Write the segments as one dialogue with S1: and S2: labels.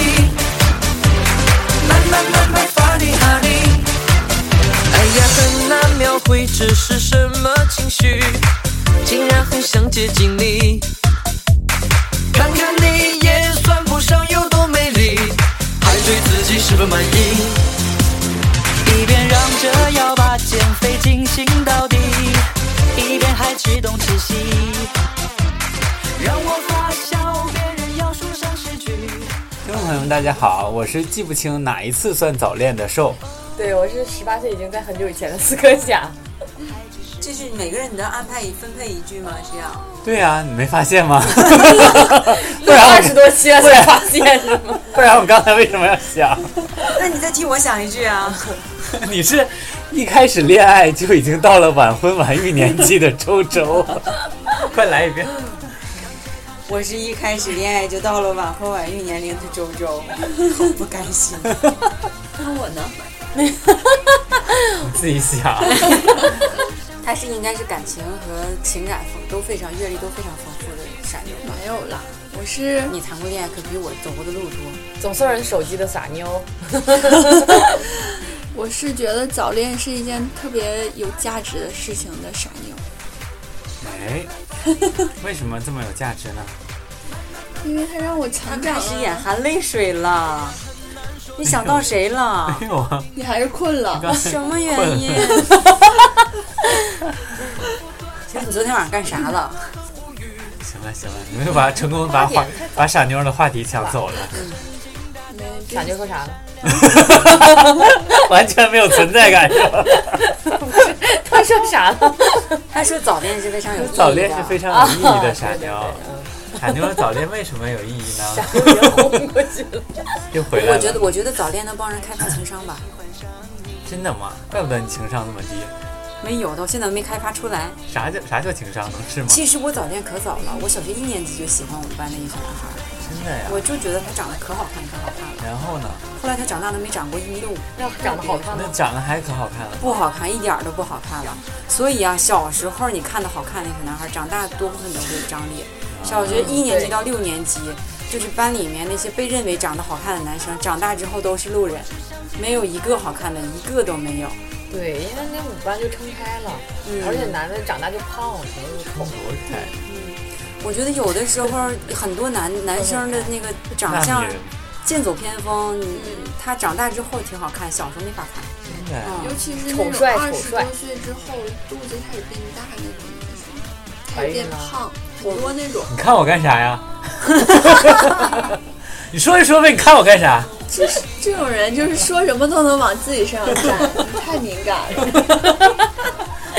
S1: 哎会这是什么情绪，竟然很想接近你。看看你也算不上有多美丽，还对自己十分满意。
S2: 一边嚷着要把减肥进行到底，一边还吃东吃西，让我发笑，别人要说上十句。
S3: 听众朋友们，大家好，我是记不清哪一次算早恋的瘦。
S4: 对，我是十八岁已经在很久以前的四哥甲。
S5: 就是每个人你都要安排一分配一句吗？这样
S3: 对啊，你没发 现吗？不
S4: 录
S3: 然
S4: 二
S3: 我
S4: 十多期了
S3: 啊
S4: 才发现是吗？
S3: 不然我刚才为什么要 想？
S5: 那你再替我想一 句啊！
S3: 你是一开始恋爱就已经到了晚婚晚育年纪的周 周，快来一遍。
S5: 我是一开始恋爱就到了晚婚晚育年龄的周周，好不甘 心。
S4: 那我呢？
S3: 自己想，
S5: 他是应该是感情和情感丰都非常阅历都非常丰富的傻妞吧？
S4: 没有啦，我是
S5: 你谈过恋爱可比我走过的路多。
S4: 总送人手机的傻妞。
S6: 我是觉得早恋是一件特别有价值的事情的傻妞，
S3: 哎，为什么这么有价值呢？
S6: 因为它让我成长
S3: 啊
S5: 开
S6: 了。
S5: 始眼含泪水了，你想到谁了？
S3: 没有啊，
S6: 你还是困了，
S3: 刚才
S5: 什么原 因？其实你昨天晚上干啥了？
S3: 行了行了，你们又把成功把话把傻妞的话题抢走了，
S6: 没
S4: 傻妞说啥呢？
S3: 完全没有存在感。
S4: 他说啥了？
S5: 他说早恋是非常有意义 的，
S3: 早恋是非常有意义的傻
S4: 啊对对嗯
S3: 妞，
S4: 对
S3: 傻妞的早恋为什么有意义 呢？
S4: 嗯，然后昏过去了。
S3: 又回来
S5: 我觉得，
S3: 了，
S5: 我觉得早恋能帮人开发情商吧。
S3: 真的吗？怪不得你情商那么低，
S5: 没有，到现在没开发出来。
S3: 啥叫啥叫情商能是吗？
S5: 其实我早恋可早了，我小学一年级就喜欢我们班的一个小男孩儿，
S3: 真的呀。
S5: 我就觉得他长得可好看，可好看了。
S3: 然后呢？
S5: 后来他长大了没长过一米六，
S4: 那长得好看
S3: 那
S4: 吗？
S3: 长得还可好看了。
S5: 不好看，一点儿都不好看了。所以啊，小时候你看的好看的小男孩儿，长大多部分都会有张力。小学一年级到六年级，就是班里面那些被认为长得好看的男生，长大之后都是路人，没有一个好看的，一个都没有。
S4: 对，因为那五班就撑开了，
S5: 嗯
S4: 而且男的长大就胖了，便宜丑。
S3: 我看
S5: 我觉得有的时候很多男男生的那个长
S3: 那
S5: 相
S3: 女人
S4: 嗯
S5: 剑走偏锋，你他长大之后挺好看，小时候没法看。
S3: 真的呀，
S5: 嗯
S6: 尤其是
S4: 丑
S6: 那种
S4: 帅
S6: 二
S4: 丑
S6: 十
S4: 帅
S6: 多岁之后肚子开始变大那种女生，开
S4: 哎
S6: 始变
S4: 呀
S6: 胖，很多那种。
S3: 你看我干啥呀？ 你说一说呗，你看我干啥？
S6: 就是这种人，就是说什么都能往自己身 上站，太敏感了，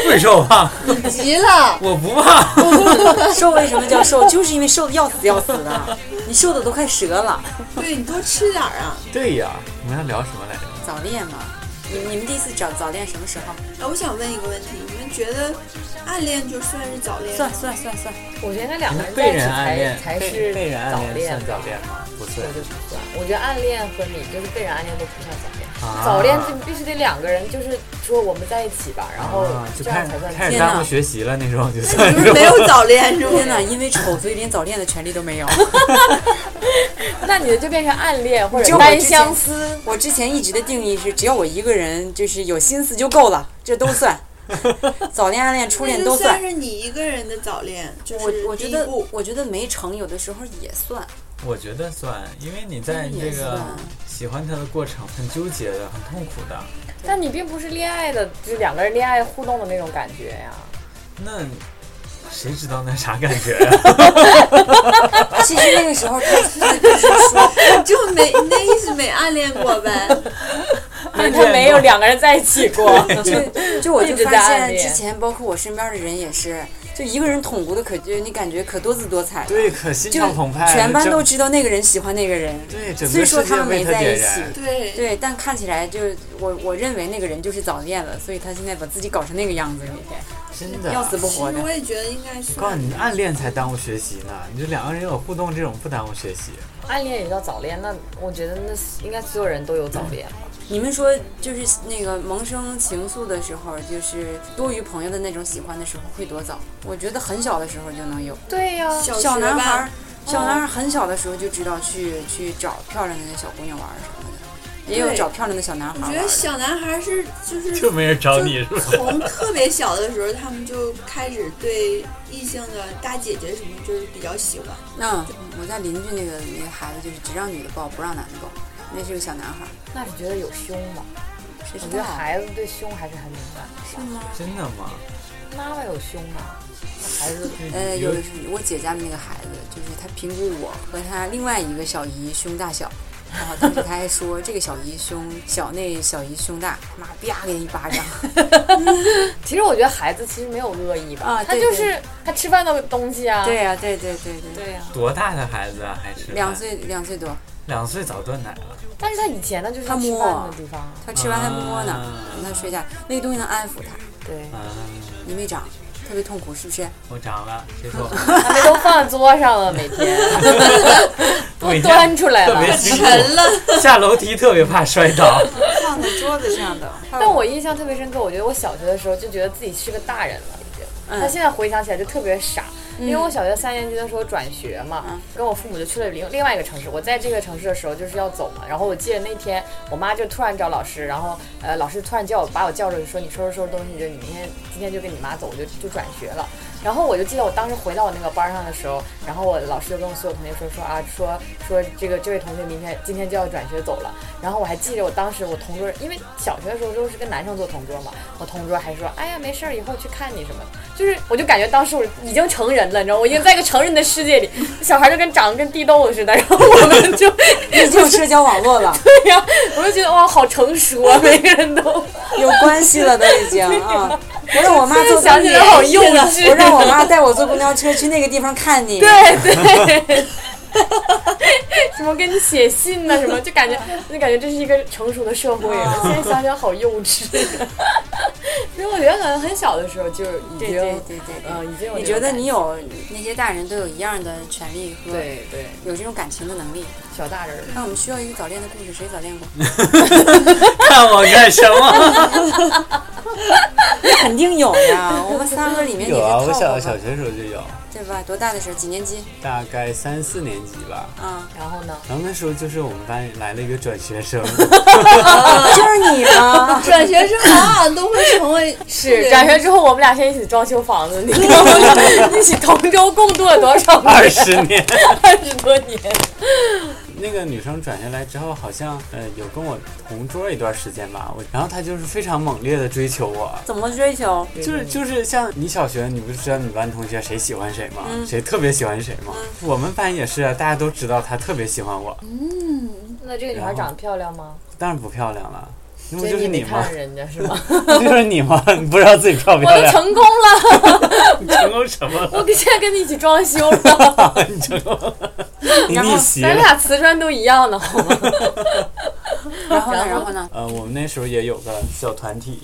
S3: 不许说我胖，
S6: 急了。
S3: 我不胖。
S5: 瘦嗯为什么叫瘦？就是因为瘦的要死要死的， 你瘦的都快折了。
S6: 对你多吃点儿啊！
S3: 对呀，我们要聊什么来着？
S5: 早恋嘛，你你们第一次早早恋什么时候？
S6: 哎，我想问一个问题，你们觉得暗恋就算是早恋吗？
S5: 算算算算，
S4: 我觉得应该两
S3: 你
S4: 个
S3: 们
S4: 人在
S3: 被
S4: 一起
S3: 人暗
S4: 才
S3: 恋，
S4: 才
S3: 被
S4: 是
S3: 被人
S4: 早
S3: 暗恋
S4: 恋
S3: 算
S4: 吧
S3: 早恋吗？不算
S4: 我。就不算，我觉得暗恋和你就是被人暗恋都不算早恋。
S3: 啊
S4: 早恋就必须得两个人，就是说我们在一起吧，然后
S3: 啊，就
S4: 这
S3: 开
S4: 样
S3: 始
S4: 才算
S3: 开始
S5: 天
S3: 耽
S5: 哪
S3: 误学习了那种，就
S6: 那
S3: 算
S6: 你
S3: 是
S6: 就是没有早恋是
S5: 天
S6: 吗？
S5: 哪，因为丑所以连早恋的权利都没有。
S4: 那你的就变成暗恋或者
S5: 就我之前
S4: 单相思。
S5: 我之前一直的定义是，只要我一个人就是有心思就够了，这都算。早恋、暗恋、初
S6: 那
S5: 恋
S6: 就
S5: 都
S6: 算
S5: 算。
S6: 是你一个人的早恋，就是
S5: 我我觉得
S6: 第一步
S5: 我觉得没成有的时候也算，
S3: 我觉得算，因为你在
S5: 嗯
S3: 这
S5: 也
S3: 个
S5: 算
S3: 喜欢他的过程很纠结的，很痛苦的。
S4: 但你并不是恋爱的，就是两个人恋爱互动的那种感觉 呀。
S3: 那谁知道那啥感觉啊呀？
S5: 其实那个时候他
S6: 就没那意思没暗恋过呗。
S4: 因为他没有两个人在一起 过，
S5: 就就我
S4: 一
S5: 就
S4: 直在
S5: 发
S4: 暗
S5: 现
S4: 恋
S5: 之前，包括我身边的人也是，就一个人捅咕的可就你感觉可多姿多彩了，
S3: 对，可心
S5: 就
S3: 潮澎湃了，
S5: 全班
S3: 整
S5: 都知道那个人喜欢那个人，
S3: 对，整
S5: 虽
S3: 个
S5: 说
S3: 世
S5: 他
S3: 界
S5: 们
S3: 为
S5: 没
S3: 他
S5: 在
S3: 点
S5: 一
S3: 燃
S5: 起。，
S6: 对，
S5: 对，但看起来就是我我认为那个人就是早恋了，所以他现在把自己搞成那个样子，每天
S3: 真的
S5: 要死不
S6: 其
S5: 活
S6: 实我
S5: 的。
S6: 也觉得应该
S3: 我告诉
S6: 算。
S3: 你，啊暗恋才耽误学习呢。你这两个人有互动，这种不耽误学习。
S4: 暗恋也叫早恋，那我觉得那应该所有人都有早恋。
S5: 你们说就是那个萌生情愫的时候，就是多于朋友的那种喜欢的时候会多早？我觉得很小的时候就能有。
S4: 对呀、
S6: 小
S5: 小
S6: 学
S5: 男孩
S6: 吧
S5: 儿，小男孩儿很小的时候就知道去去找漂亮的小姑娘玩儿什么的。也有
S6: 对
S5: 找漂亮的小男孩
S6: 我
S5: 玩
S6: 觉
S5: 的。
S6: 得小男孩是就是
S3: 就没人找你是
S6: 就
S3: 不是？
S6: 从特别小的时候，他们就开始对异性的大姐姐什么就是比较喜欢。
S5: 嗯，我家邻居那个那个孩子就是只让女的抱，不让男的抱，那是个小男孩，
S4: 那是觉得有胸吧？
S5: 谁
S4: 我
S5: 知
S4: 觉
S5: 道
S4: 得
S5: 啊？
S4: 孩子对胸还是很敏感
S5: 是吗？
S3: 真的吗？
S4: 的。妈妈有胸啊，那孩子
S5: 呃，有我姐家的那个孩子，就是他评估我和他另外一个小姨胸大小，然后当时他还说这个小姨胸小，那小姨胸大，妈啪给你一巴掌。
S4: 其实我觉得孩子其实没有恶意吧，
S5: 啊
S4: 他
S5: 对
S4: 就是他吃饭的东西啊。
S5: 对呀、对对对对，
S4: 对呀、
S3: 多大的孩子啊？还是
S5: 两？岁两岁多，
S3: 两岁早断奶了。
S4: 但是他以前呢就是
S5: 他
S4: 吃
S5: 摸
S4: 饭的地方啊，
S5: 他吃完还摸呢
S3: 啊，
S5: 让他睡觉，那个东西能安抚他，
S4: 对，
S3: 嗯，
S5: 你没长，特别痛苦是不是？
S3: 我长了，谁说？
S4: 他们 都放在桌上了，每天都
S3: 每天
S4: 端出来
S3: 特别
S4: 了。
S3: 辛苦， 下楼梯特别怕摔倒。
S5: 放在桌子上的。
S4: 但我印象特别深刻，我觉得我小学的时候就觉得自己是个大人了，已经。
S5: 嗯
S4: 但现在回想起来就特别傻，因为我小学三年级的时候转学嘛，
S5: 嗯
S4: 跟我父母就去了另另外一个城市。我在这个城市的时候就是要走嘛，然后我记得那天我妈就突然找老师，然后呃老师突然叫我把我叫住，说你收拾收拾东西，就你明天今天就跟你妈走，我就就转学了。然后我就记得我当时回到我那个班上的时候，然后我老师就跟我所有同学说说啊说说这个这位同学明天今天就要转学走了。然后我还记得我当时我同桌，因为小学的时候都是跟男生做同桌嘛，我同桌还说哎呀没事儿，以后去看你什么的。就是我就感觉当时我已经成人了，你知道吗？我已经在一个成人的世界里，小孩就跟长得跟地豆似的，然后我们就
S5: 你这有社交网络了，
S4: 对呀、我就觉得哇好成熟啊，每个人都。
S5: 有关系了都已经啊！我让我妈坐
S4: 想
S5: 公
S4: 起来
S5: 交
S4: 好幼稚
S5: 我让我妈带我坐公交车去那个地方看你。
S4: 对对。 什么给你写信呢？什么就感觉就感觉这是一个成熟的社会
S3: 哦
S4: 啊，现在想想好幼稚。所以我觉得可能很小的时候就已经，
S5: 对对对对对
S4: 呃，已经有
S5: 你
S4: 这
S5: 觉
S4: 种
S5: 得
S4: 感
S5: 你有那些大人都有一样的权利和
S4: 对对
S5: 有这种感情的能力？
S4: 小大人儿，
S5: 那我们需要一个早恋的故事，谁早恋过？
S3: 看我干什么？
S5: 肯定有呀，我们三个里面你
S3: 有 啊，我
S5: 是
S3: 小
S5: 套
S3: 小
S5: 过吧？
S3: 学时候就有，
S5: 对吧？多大的时候？几年级？
S3: 大概三四年级吧。
S5: 啊，
S4: 然后呢？
S3: 然后那时候就是我们班来了一个转学生，
S5: 就是你吗？
S6: 转学生往往都会成为
S4: 是转学之后，我们俩先一起装修房子，你知道吗？ 一起同舟共度了多少
S3: 二十年。
S4: 二十多年？
S3: 那个女生转学来之后，好像呃有跟我同桌一段时间吧，我然后她就是非常猛烈的追求我，
S5: 怎么追求？
S4: 嗯
S3: 就是就是像你小学，你不是知道你班同学谁喜欢谁吗？
S4: 嗯
S3: 谁特别喜欢谁吗？我们班也是，啊，大家都知道她特别喜欢我，
S4: 那这个女孩长得漂亮吗？
S3: 当然不漂亮了，那不
S4: 所以
S3: 就是
S4: 没
S3: 你
S4: 看
S3: 吗
S4: 上？人家是吗？
S3: 那 不就是你吗？ 你不知道自己漂不
S4: 我
S3: 漂
S4: 都
S3: 亮？
S4: 成功 了，
S3: 成功什么了？
S4: 我现在跟你一起装修了。
S3: 你成功了， 你逆袭
S4: 咱
S3: 了。
S4: 俩瓷砖都一样的，好吗？
S5: 然后呢？然后呢？
S3: 呃，我们那时候也有个小团体，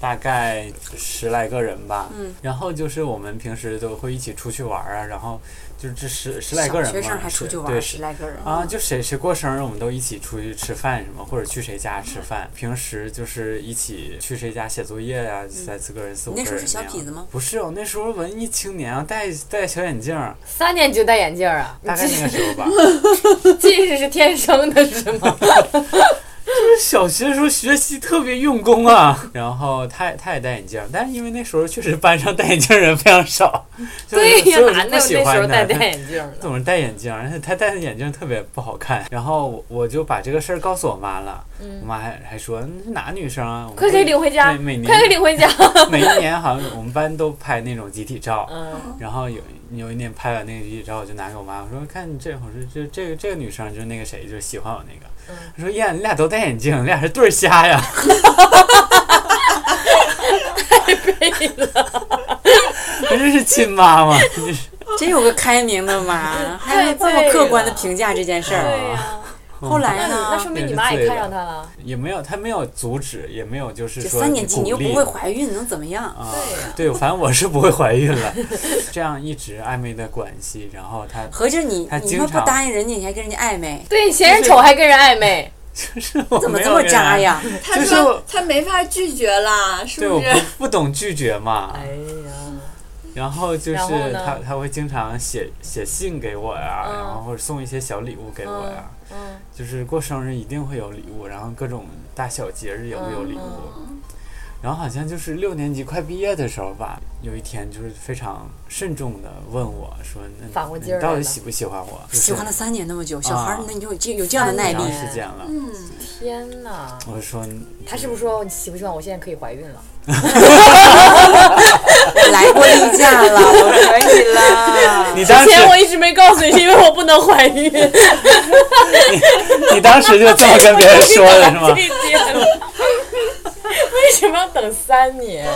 S3: 大概十来个人吧。
S5: 嗯。
S3: 然后就是我们平时都会一起出去玩儿啊，然后就是这十十来个
S5: 小
S3: 人嘛，
S5: 学生还出去玩
S3: 对
S5: 儿，十来个人。
S3: 啊，就谁谁过生日，我们都一起出去吃饭什么，或者去谁家
S5: 嗯
S3: 吃饭。平时就是一起去谁家写作业呀、三四个人、四五个
S5: 嗯你
S3: 人
S5: 那
S3: 那
S5: 时
S3: 样。
S5: 候是小痞子吗？
S3: 不是哦，那时候文艺青年啊，戴戴小眼镜儿，
S4: 三年级就戴眼镜啊？
S3: 大概那个时候吧。
S4: 近视是天生的，是吗？
S3: 小学的时候学习特别用功啊，然后他也他也戴眼镜，但是因为那时候确实班上戴眼镜人非常 少，
S4: 对呀，
S3: 所以我就
S4: 哪有
S3: 不
S4: 那时
S3: 喜
S4: 候
S3: 欢
S4: 戴
S3: 他。
S4: 戴
S3: 他
S4: 眼镜 的？
S3: 总是戴眼镜，而且他戴的眼镜特别不好看。然后我我就把这个事儿告诉我妈了，我妈还还说那是哪女生啊？我们
S4: 嗯快给领回家，
S3: 每每
S4: 快给
S3: 年
S4: 领回家。
S3: 每一年好像我们班都拍那种集体照，
S4: 嗯，
S3: 然后有有一年拍完那个集体照，我就拿给我妈，我说看这会儿是这这个这个女生就是那个谁，就是喜欢我那个。
S5: 嗯
S3: 她说呀，你俩都戴眼镜，你俩是对儿瞎呀。
S4: 对 了，
S3: 我这是亲妈 吗？这是
S5: 真有个开明的妈，还能这么客观的评价这件事
S3: 嗯
S5: 儿。
S4: 对呀，
S5: 后来呢？
S4: 那说明你妈也看上他了。
S3: 啊也没有，她没有阻止，也没有就是
S5: 这
S3: 说
S5: 三年级
S3: 鼓
S5: 你又
S3: 励
S5: 不会怀孕，能怎么样？
S3: 啊？对，反正我是不会怀孕了。 这样一直暧昧的关系，然后她
S5: 合着你
S3: 他
S5: 你
S3: 经
S5: 们不
S3: 常
S5: 答应人家，你还跟人家暧昧，
S4: 对，嫌人丑还跟人暧昧，
S3: 就是我
S5: 怎么
S3: 没
S5: 这
S3: 有
S5: 么
S3: 跟
S5: 渣
S3: 她？
S5: 呀？
S6: 他
S3: 就是
S6: 说他没法拒绝啦，是
S3: 对，我
S6: 不是？
S3: 不不懂拒绝嘛。
S4: 哎呀，
S3: 然后就是
S4: 然后呢
S3: 他他会经常写写信给我呀，然后或者送一些小礼物给我呀，
S4: 嗯，
S3: 就是过生日一定会有礼物，然后各种大小节日也会有礼物。
S4: 嗯
S3: 然后好像就是六年级快毕业的时候吧，有一天就是非常慎重的问我说：“那你
S4: 反过劲儿
S3: 你到
S4: 来
S3: 底
S4: 了
S3: 喜不喜欢我？”就是
S5: 喜欢了三年那么久，小孩儿
S3: 啊
S5: 那有这有这样的耐
S3: 然
S5: 力
S3: 后，是这样了，
S4: 天哪！
S3: 我就说
S4: 嗯他是不是说你喜不喜欢我现在可以怀孕 了？
S5: 来过例 假了， 我可以了。
S3: 你当时
S7: 一直没告诉你，是因为我不能怀 孕。
S3: 你当时就这么跟别人说 的是吗？
S7: 吗？
S4: 为什么要等三 年？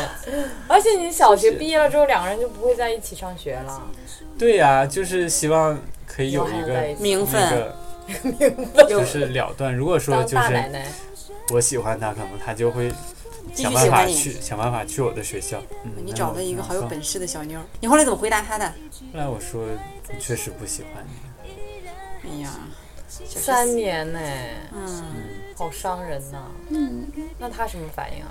S4: 而且你小学毕业了之后，两个人就不会在一起上学了。
S3: 对呀、就是希望可以有
S4: 然后
S3: 一
S4: 还能在一
S3: 个
S4: 起
S5: 名
S3: 那
S5: 分，
S3: 个就是了断。如果说
S4: 当
S3: 就
S4: 大奶
S3: 是
S4: 奶，
S3: 我喜欢他，可能他就会
S5: 继
S3: 想
S5: 续
S3: 办
S5: 喜
S3: 法
S5: 欢
S3: 去
S5: 你。
S3: 想办法去我的学校。嗯，
S5: 你
S3: 那
S5: 找
S3: 我
S5: 了一个
S3: 那
S5: 好有
S3: 我
S5: 本事的小妞儿，你后来怎么回答他的？
S3: 说后来我说我确实不喜欢你，
S5: 哎呀，
S4: 三年呢、
S5: 嗯，
S4: 好伤人呐、嗯，那他什么反应啊？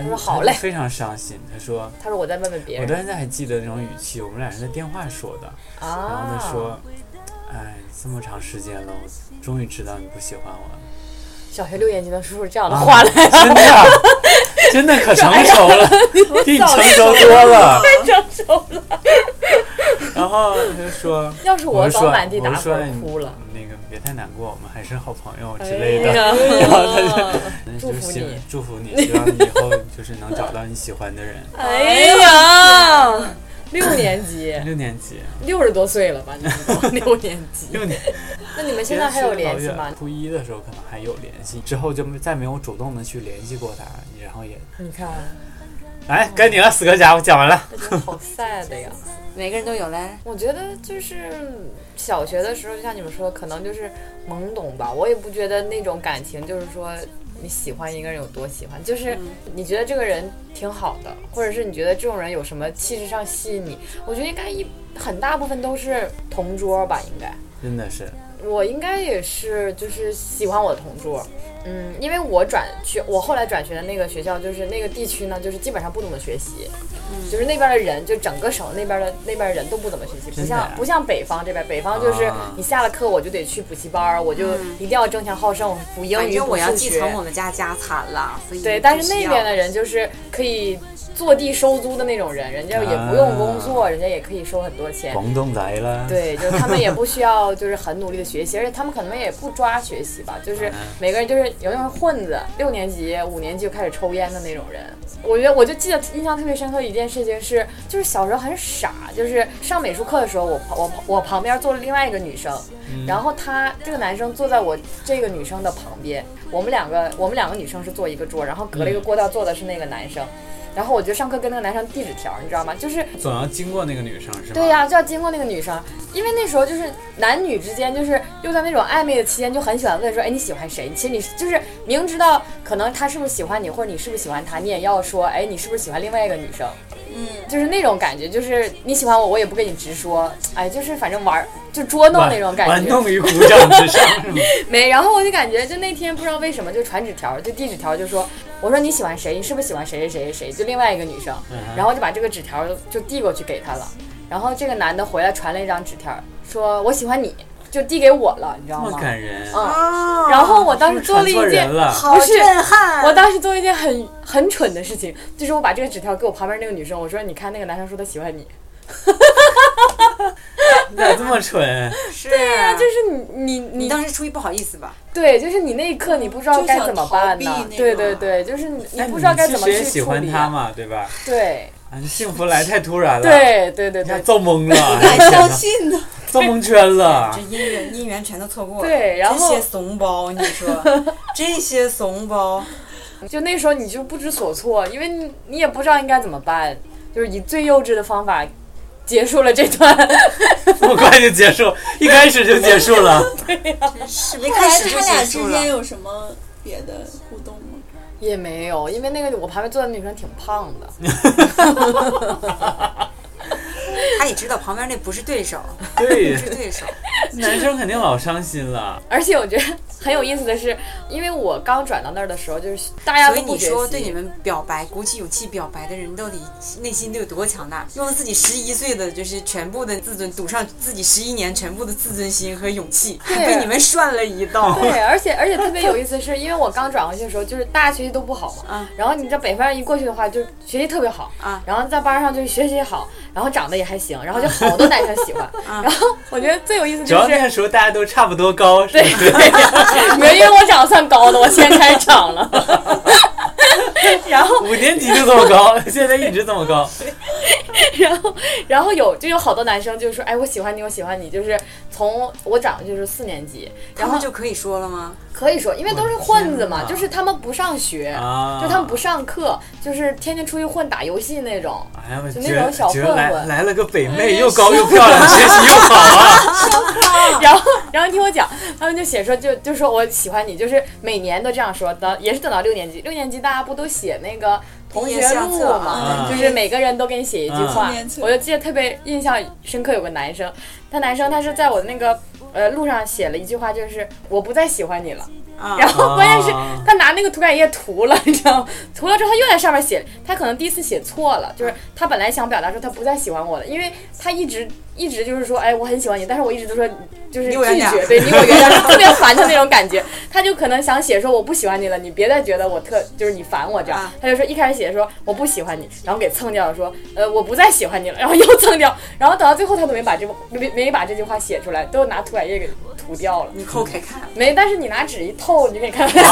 S3: 他
S4: 说好嘞
S3: 非常伤心。他说
S4: 他说我在问问别
S3: 我
S4: 人
S3: 到现在还记得那种语气，我们俩是在电话说的。然后
S4: 啊。
S3: 他说，哎，这么长时间了，我终于知道你不喜欢我了。啊
S4: 小学六年级能说出这样的话来，
S3: 真的，啊真的可成熟
S4: 哎
S3: 了， 比你成熟多了。
S4: 成熟了。
S3: 然后他就说，
S4: 要是
S3: 我
S4: 我，
S3: 就
S4: 早
S3: 说，
S4: 满地
S3: 我
S4: 打
S3: 就说
S4: 滚哭了。哎
S3: 你那个别太难过，我们还是好朋友之类
S4: 那
S3: 的。
S4: 个，
S3: 然后他就 就
S4: 祝福
S3: 是希
S4: 你
S3: 祝福你，希望你以后就是能找到你喜欢的人。
S4: 哎呀，六年级，
S3: 六年级，
S4: 六十多岁了吧？你们都六年级，
S3: 六年，
S4: 那你们现在还有联系吗？
S3: 初一的时候可能还有联系，之后就没再没有主动的去联系过他，然后也，
S4: 你看，嗯
S3: 哎，该你了，死哥家伙，讲完 了。
S4: 那真的好 sad 的呀。
S5: 每个人都有嘞。
S4: 我觉得就是小学的时候，就像你们说，可能就是懵懂吧。我也不觉得那种感情就是说你喜欢一个人有多喜欢，就是你觉得这个人挺好的，或者是你觉得这种人有什么气质上吸引你。我觉得应该一很大部分都是同桌吧，应该。
S3: 真的是，
S4: 我应该也是，就是喜欢我的同桌，嗯，因为我转学，我后来转学的那个学校，就是那个地区呢，就是基本上不怎么学习，
S5: 嗯
S4: 就是那边的人，就整个省那边的那边人都不怎么学习，不
S3: 真的啊
S4: 像不像北方这边，北方就是
S3: 啊
S4: 你下了课我就得去补习班儿，我就一定要争强好胜，补英
S5: 嗯反
S4: 语，
S5: 正
S4: 补
S5: 我要
S4: 数
S5: 继
S4: 学。
S5: 承我们家家产了，所以
S4: 对，但是
S5: 必
S4: 那
S5: 须要
S4: 边的人就是可以坐地收租的那种人，人家也不用工作，
S3: 啊
S4: 人家也可以收很多钱。
S3: 广东来了。。
S4: 对，就是他们也不需要就是很努力的学习，而且他们可能也不抓学习吧，就是每个人就是有那种混子，六年级、五年级就开始抽烟的那种人。我觉得我就记得印象特别深刻一件事情是，就是小时候很傻，就是上美术课的时候，我旁我我旁边坐了另外一个女生，然后她这个男生坐在我这个女生的旁边，我们两个我们两个女生是坐一个桌，然后隔了一个过道坐的是那个男生。然后我就上课跟那个男生递纸条，你知道吗？就是
S3: 总要经过那个女生是吗？
S4: 对呀、就要经过那个女生，因为那时候就是男女之间，就是又在那种暧昧的期间，就很喜欢问说，哎，你喜欢谁？其实你就是明知道可能他是不是喜欢你，或者你是不是喜欢他，你也要说，哎，你是不是喜欢另外一个女生？嗯，就是那种感觉，就是你喜欢我，我也不跟你直说，哎，就是反正玩儿就捉弄
S3: 玩
S4: 那种感觉，嗯
S3: 玩弄于股掌之上 是吗？
S4: 没，然后我就感觉就那天不知道为什么就传纸条，就递纸条，就说我说你喜欢谁，你是不是喜欢谁谁谁谁谁，就另外一个女生，
S3: 嗯
S4: 然后就把这个纸条就递过去给她了，然后这个男的回来传了一张纸条，说我喜欢你，就递给我了，你知道
S3: 这么
S4: 吗？
S3: 感人，
S4: 嗯，然后我当时做了一
S3: 传错
S4: 件
S3: 人了
S4: 不是。
S5: 撼
S4: 我当时做了一件很很蠢的事情，就是我把这个纸条给我旁边那个女生，我说：“你看那个男生说他喜欢你，
S3: 你 咋这么 蠢？
S5: 是对呀
S4: 哎就是你你
S5: 你当时出于不好意思吧？
S4: 对，就是你那一刻你不知道
S6: 就
S4: 该
S6: 想
S4: 怎么
S6: 逃
S4: 办
S6: 避
S4: 呢？
S6: 那
S4: 对
S6: 种
S4: 对对，就是你你
S3: 哎
S4: 不知道该
S3: 其
S4: 怎么
S3: 实
S4: 去处
S3: 也喜
S4: 理。啊
S3: 欢他嘛，对吧？
S4: 对
S3: 啊，幸福来太突然了，，
S4: 对对对
S3: 一下
S4: 对
S3: 揍 懵了，哎
S6: 敢 相信呢？
S3: 揍蒙圈了
S5: 这。姻缘姻缘全都错过了。
S4: 对，然
S5: 这
S4: 后
S5: 些怂包，你 说这些怂包，
S4: 就那时候你就不知所措，因为你你也不知道应该怎么办，就是以最幼稚的方法结束了这段。
S3: 这么快就结束，一开始就结束 了。
S5: 是没
S6: 后
S5: 开
S6: 来
S5: 始就
S6: 他
S5: 结
S6: 俩
S5: 束
S6: 之间
S5: 了。
S6: 有什么别的互动吗？
S4: 也没有，因为那个我旁边坐的女生挺胖的，
S5: 他也知道旁边那不是对手，
S3: 对
S5: 不，是对手。
S3: 男生肯定老伤心了。
S4: 而且我觉得很有意思的是，因为我刚转到那儿的时候，就是大家
S5: 所
S4: 都
S5: 以
S4: 不
S5: 你
S4: 学
S5: 说
S4: 习
S5: 对你们表白、鼓起勇气表白的人，到底内心都有多强大？用了自己十一岁的，就是全部的自尊，赌上自己十一年全部的自尊心和勇气，还被你们涮了一道。
S4: 对，而且而且特别有意思，是因为我刚转过去的时候，就是大家学习都不好嘛，
S5: 啊
S4: 然后你知道北方人一过去的话，就学习特别好，
S5: 啊
S4: 然后在班上就是学习好，然后长得也还行，然后就好多男生喜欢，然后 我觉得最有意思
S3: 主
S4: 就
S3: 要
S4: 是
S3: 那个时候大家都差不多高，是不是？
S7: 没有，因为我长得算高的，我先开场了。
S4: 然后
S3: 五年级就这么高，现在一直这么 高。
S4: 然后，然后有就有好多男生就说，哎，我喜欢你，我喜欢你，就是从我长就是四年级，
S5: 然
S4: 然
S5: 后
S4: 后
S5: 就可以说了吗？
S4: 可以说，因为都是混子
S3: 我
S4: 嘛，
S3: 的天哪
S4: 就是他们不上学，
S3: 啊
S4: 就他们不上课，就是天天出去混打游戏那种。
S3: 哎呀，我
S4: 就
S3: 觉
S4: 那
S3: 得
S4: 种小
S3: 觉得
S4: 混
S3: 来
S4: 混嗯
S3: 来了个北妹，又高又漂亮，学习又好啊！
S4: 然后，然后你听我讲，他们就写说就就说我喜欢你，就是每年都这样说。等也是等到六年级，六年级大家不都写那个同
S5: 毕
S4: 学
S5: 业相
S4: 录
S5: 册
S4: 嘛，
S3: 嗯
S4: 就是每个人都给你写一句话
S6: 嗯纪念。册
S4: 我就记得特别印象深刻，有个男生，他男生他是在我那个呃路上写了一句话，就是我不再喜欢你了。
S5: 啊
S4: 然后关键是
S3: 啊
S4: 他拿那个涂改液涂了，你知道吗？ 涂了之后他又在上面写，他可能第一次写错了，就是他本来想表达说他不再喜欢我了，因为他一直一直就是说，哎，我很喜欢你，但是我一直都说就是
S5: 离我远
S4: 拒
S5: 点
S4: 绝，
S5: 儿
S4: 对，离我远点儿，特别烦的那种感觉。他就可能想写说我不喜欢你了，你别再觉得我特就是你烦我这样
S5: 啊。
S4: 他就说一开始写说我不喜欢你，然后给蹭掉了，说呃我不再喜欢你了，然后又蹭掉，然后等到最后他都没把这没没把这句话写出来，都拿涂改液给涂掉了。
S5: 你抠开 看，
S4: 没，但是你拿纸一透，你可以看到。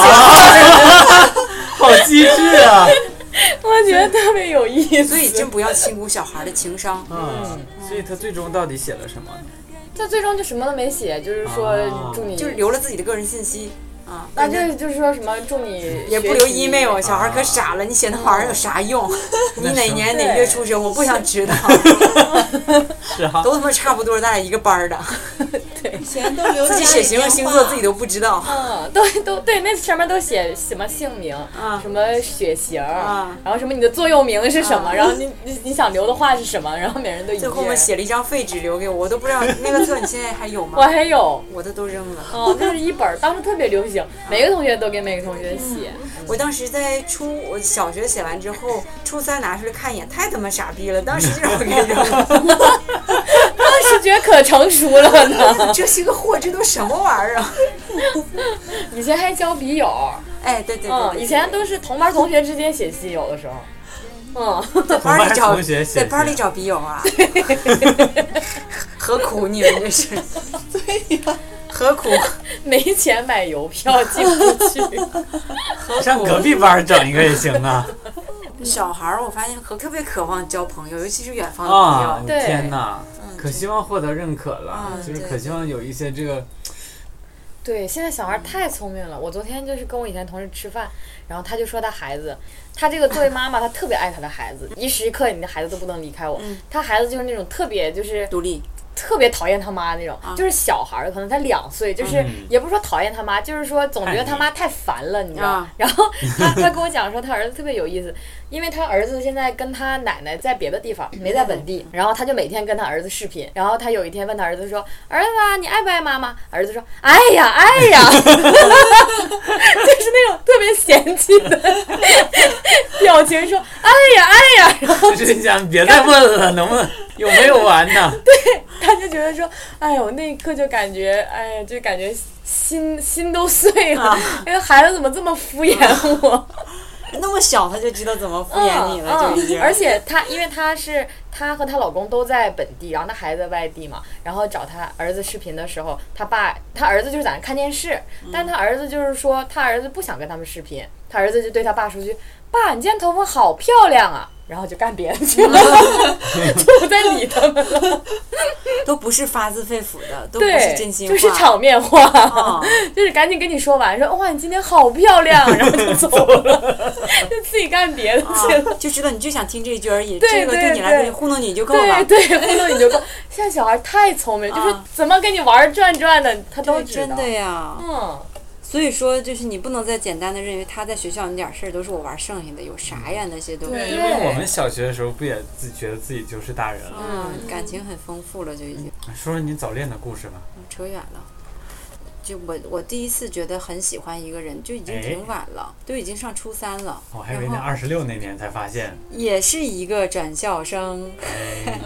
S3: 好机智啊！
S4: 我觉得特别有意思。
S5: 所以真不要轻估小孩的情商。
S3: 嗯，所以他最终到底写了什么呢？
S4: 他最终就什么都没写，就是说
S3: 哦
S4: 祝你，
S5: 就是留了自己的个人信息啊，
S4: 那就是就是说什么祝你
S5: 也不
S4: 学
S5: 留
S4: 习啊哦
S5: email，小孩可傻了，你写那玩意儿有啥用？ 你哪年哪月出生？我不想 知道，
S3: 是啊，
S5: 都他妈差不多，咱俩一个班儿的，
S6: 以前都 留
S5: 自己写形容星座自己都不知道。
S4: 嗯，都都对，那上面都写什么姓名，
S5: 啊
S4: 什么血型，
S5: 啊
S4: 然后什么你的座右铭是什么，然后你你你想留的话是什么，然后每人都一
S5: 最后我
S4: 页。
S5: 写了一张废纸留给我，我都不知道那个册你现在还有
S4: 我
S5: 吗？
S4: 还有，
S5: 我的都扔了。
S4: 嗯，就是一本儿，当时特别流行，
S5: 啊
S4: 每个同学都给每个同学写。
S5: 我当时在初我小学写完之后，初三拿出来看一眼，太他妈傻逼了，当时就让我给扔了。
S4: 当时觉得可成熟了呢，
S5: 这是个货，这都什么玩意儿啊？
S4: 以前还交笔友，
S5: 哎，对对对对
S4: 嗯，
S5: 对，
S4: 以前都是同班同学之间写信，有的时候，嗯。
S5: 在班里找
S3: 同学写
S5: 在班里
S3: 信
S5: 找笔友啊，何苦你们这是？ 对呀、何苦
S4: 没钱买邮票进不去。
S3: 上隔壁班儿整一个也行 啊！
S5: 小孩儿？我发现和特别渴望交朋友，尤其是远方的朋友。
S3: 啊，我
S4: 对
S3: 天哪！可希望获得认可了，就是
S5: 嗯啊对
S3: 可希望有一些这个
S4: 对，现在小孩太聪明了。我昨天就是跟我以前同事吃饭，然后他就说他孩子，他这个作为妈妈，他特别爱他的孩子，一时一刻你的孩子都不能离开我。他孩子就是那种特别就是
S5: 独立，
S4: 特别讨厌他妈那种，就是小孩儿可能才两岁，就是
S3: 嗯
S4: 也不是说讨厌他妈，就是说总觉得他妈太烦了，你知道吗
S5: 啊？
S4: 然后他他跟我讲说他儿子特别有意思，因为他儿子现在跟他奶奶在别的地方，没在本地，然后他就每天跟他儿子视频，然后他有一天问他儿子说：“儿子啊，你爱不爱妈妈？”儿子说：“爱呀，爱呀。” 就是那种特别嫌弃的 表情，说：“爱呀，爱呀。” 然后。
S3: 就是想别再问 了，能不能有没有完呢？
S4: 他就觉得说，哎呦，那一刻就感觉，哎呀，就感觉心心都碎
S5: 啊
S4: 了，那个孩子怎么这么敷衍我？
S5: 那么小他就知道怎么 敷衍你了，
S4: 嗯
S5: 就已经。
S4: 嗯而且她，因为她是她和她老公都在本地，然后她孩子在外地嘛，然后找她儿子视频的时候，她爸她儿子就是在那看电视，
S5: 嗯
S4: 但她儿子就是说，她儿子不想跟他们视频，她儿子就对她爸说句：“爸，你今天头发好漂亮啊！”然后就干别的去 了， 就不再理他们了。
S5: 都不是发自肺腑的，都不
S4: 对，
S5: 是真心话。
S4: 就是场面话。
S5: 啊、
S4: 就是赶紧跟你说完，说哇你今天好漂 亮，然后就走了， 就自己干别的去了。
S5: 啊就知道你就想听这一句而已。
S4: 对
S5: 这个
S4: 对
S5: 对你来
S4: 对
S5: 说糊弄你就够
S4: 对
S5: 了。哦
S4: 对，糊弄你就够。现在小孩太聪明，就是怎么跟你玩儿转转的，他都
S5: 对
S4: 知道。
S5: 真的呀，
S4: 嗯，
S5: 所以说就是你不能再简单的认为他在学校那点儿事儿都是我玩剩下的，有啥呀那些都。
S6: 对
S3: 因为我们小学的时候不也自觉得自己就是大人了？
S5: 嗯嗯，感情很丰富了就已经。
S3: 说说你早恋的故事吧。
S5: 扯远了。就我我第一次觉得很喜欢一个人，就已经
S3: 哎
S5: 挺晚了，都已经上初三了。
S3: 我还以为那
S5: 然后
S3: 二十六那年才发现，
S5: 也是一个转校生，
S3: 哎，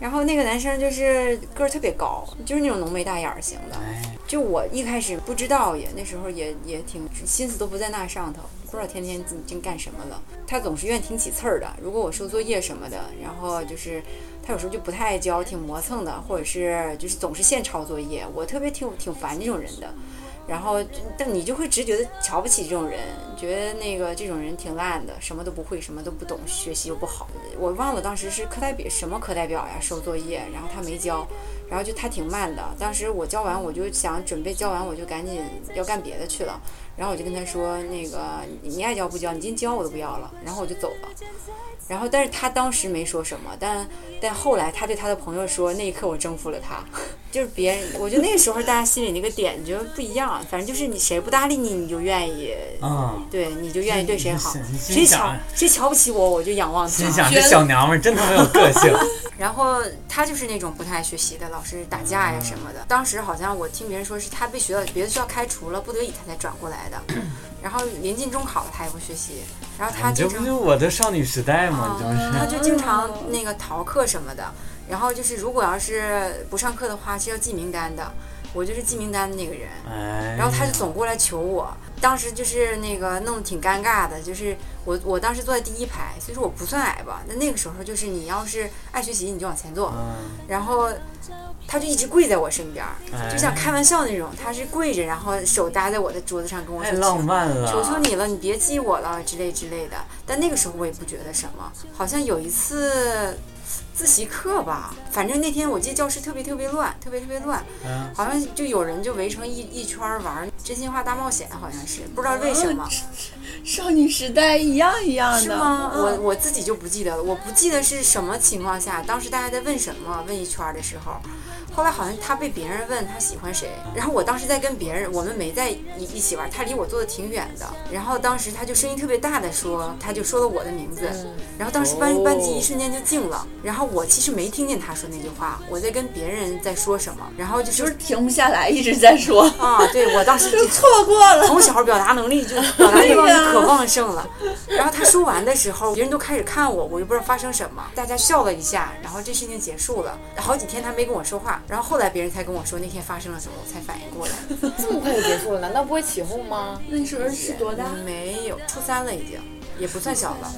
S5: 然后那个男生就是个儿特别高，就是那种浓眉大眼儿型的。
S3: 哎，
S5: 就我一开始不知道也，那时候也也挺心思都不在那上头，不知道天天已经干什么了。他总是愿意挺起刺儿的，如果我收作业什么的，然后就是他有时候就不太爱教，挺磨蹭的，或者是就是总是现抄作业，我特别挺挺烦这种人的。然后，就但你就会直觉的瞧不起这种人，觉得那个这种人挺烂的，什么都不会，什么都不懂，学习又不好。我忘了当时是课代表什么课代表呀，收作业，然后他没交，然后就他挺慢的。当时我交完，我就想准备交完，我就赶紧要干别的去了。然后我就跟他说，那个你你爱交不交，你今天交我都不要了。然后我就走了。然后，但是他当时没说什么，但但后来他对他的朋友说，那一刻我征服了他， 就是别人，我觉得那个时候大家心里那个点就不一样，反正就是你谁不搭理你，你就愿意，
S3: 嗯，
S5: 对，你就愿意对谁好
S3: 你，心
S5: 谁瞧
S3: 想
S5: 谁瞧不起我，我就仰望他，
S3: 心想这小娘们儿真他妈有个 性，
S5: 然后他就是那种不太爱学习的，老是打架呀什么的。当时好像我听别人说是他被学校别的学校开除了，不得已他才转 过来的。然后临近中考了，他也不学习，然后他
S3: 你这
S5: 经
S3: 不
S5: 常
S3: 就我的少女时代吗？
S5: 啊
S3: 你这不是。
S5: 他就经常那个逃课什么的。然后就是如果要是不上课的话，是要记名单的。我就是记名单的那个人。
S3: 哎，
S5: 然后他就总过来求我，当时就是那个弄得挺尴尬的，就是我我当时坐在第一排，所以说我不算矮吧。那那个时候就是你要是爱学习，你就往前坐，
S3: 嗯，
S5: 然后他就一直跪在我身边儿，
S3: 哎
S5: 就像开玩笑那种。他是跪着，然后手搭在我的桌子上跟我
S3: 太
S5: 说：“
S3: 哎浪漫啊了，
S5: 求求你了，你别记我了，之类之类的。但那个时候我也不觉得什么，好像有一次自习课吧，反正那天我记得教室特别特别乱，特别特别乱，
S3: 嗯，
S5: 好像就有人就围成一一圈儿玩儿真心话大冒险，好像是不知道为什么，
S6: 嗯少女时代一样一样的，
S5: 是吗？
S6: 嗯
S5: 我我自己就不记得了，我不记得是什么情况下，当时大家在问什么，问一圈儿的时候，后来好像他被别人问他喜欢谁，然后我当时在跟别人，我们没在一一起玩，他离我坐的挺远的，然后当时他就声音特别大的说，他就说了我的名字，
S6: 嗯
S5: 然后当时班、班级一瞬间就静了，然后我其实没听见他说那句话，我在跟别人在说什么，然后就
S6: 就是
S5: 是
S6: 停不下来，一直在说，
S5: 啊，对我当时就
S6: 就错过了。
S5: 从小表达能力就表达欲望就可旺盛了。然后他说完的时候，别人都开始看我，我就不知道发生什么，大家笑了一下，然后这事情结束了。好几天他没跟我说话，然后后来别人才跟我说那天发生了什么，我才反应过来。
S4: 这么快就结束了，难道不会起哄吗？
S6: 那时候是多大？
S5: 没有，初三了已经，也不算小了。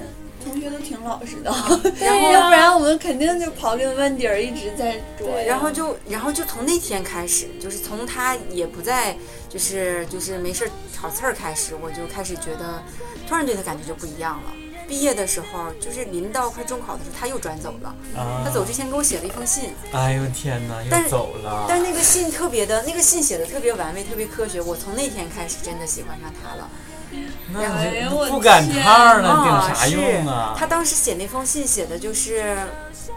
S6: 同学都挺老实的，
S5: 然后
S6: 要不然我们肯定就刨根问底儿一直在捉呀。
S5: 然后就，然后就从那天开始，就是从他也不再，就是就是没事儿挑刺儿开始，我就开始觉得，突然对他感觉就不一样了。毕业的时候，就是临到快中考的时候，他又转走了。
S3: 啊
S5: 他走之前给我写了一封信，
S3: 哎呦天哪，
S5: 但
S3: 又
S5: 是
S3: 走了，
S5: 但是那个信特别的，那个信写的特别完美，特别科学。我从那天开始真的喜欢上他了。
S3: 那
S6: 哎
S3: 你
S6: 呦
S3: 就
S6: 我
S3: 不赶
S6: 天
S3: 趟了，
S5: 啊，
S3: 顶啥
S5: 是
S3: 用啊？
S5: 他当时写那封信写的就是，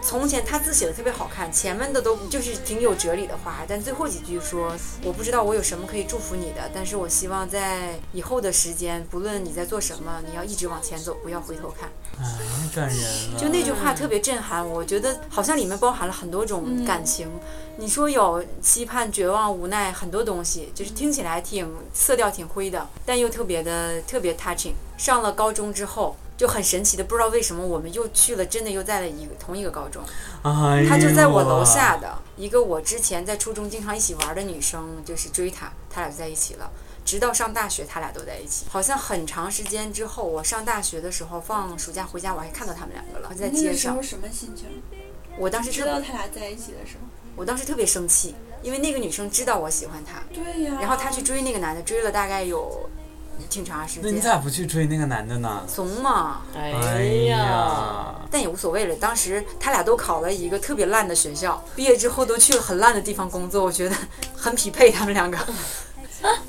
S5: 从前他字写的特别好看，前面的都就是挺有哲理的话，但最后几句说我不知道我有什么可以祝福你的，但是我希望在以后的时间，不论你在做什么，你要一直往前走，不要回头看。
S3: 太哎感人啊了，
S5: 就那句话特别震撼，我觉得好像里面包含了很多种感情。你说有期盼、绝望、无奈，很多东西，就是听起来挺色调挺灰的，但又特别的特别 touching。上了高中之后。就很神奇的，不知道为什么我们又去了，真的又在了一个同一个高中，
S3: 哎呦
S5: 她就在我楼下的一个我之前在初中经常一起玩的女生，就是追她，他俩就在一起了。直到上大学，他俩都在一起，好像很长时间之后，我上大学的时候放暑假回家，我还看到他们两个了，在
S6: 那
S5: 街
S6: 个时
S5: 上
S6: 候。什么心情？
S5: 我当时
S6: 知
S5: 特
S6: 道他俩在一起的时候，
S5: 我当时特别生气，因为那个女生知道我喜欢他，
S6: 对呀、
S5: 然后她去追那个男的，追了大概有挺长时
S3: 那你
S5: 间。
S3: 咋不去追那个男的呢？
S5: 怂嘛，
S4: 哎
S3: 哎
S4: 呀，
S3: 呀，
S5: 但也无所谓了。当时他俩都考了一个特别烂的学校，毕业之后都去了很烂的地方工作，我觉得很匹配他们两个。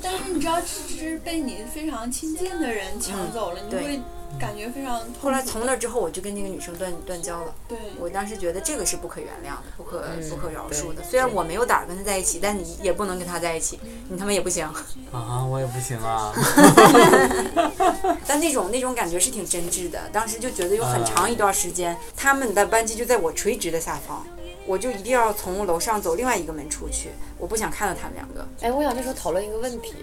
S6: 但是你知道，这是被你非常亲近的人抢走了，你
S5: 对
S6: 会感觉非常痛苦。
S5: 后
S4: 嗯
S5: 来从那之后，我就跟那个女生断断交了。
S6: 对，
S5: 我当时觉得这个是不可原谅的，不可
S4: 嗯
S5: 不可饶恕的。
S4: 对
S5: 虽然我没有胆儿跟他在一起，但你也不能跟他在一起，你他妈也不行。
S3: 啊，我也不行啊，
S5: 但那种那种感觉是挺
S4: 嗯
S5: 真挚的。当时就觉得有很长一段时间，他们的班级就在我垂直的下方，我就一定要从楼上走另外一个门出去，我不想看到他们两个。
S4: 哎，我想这时候讨论一个问题，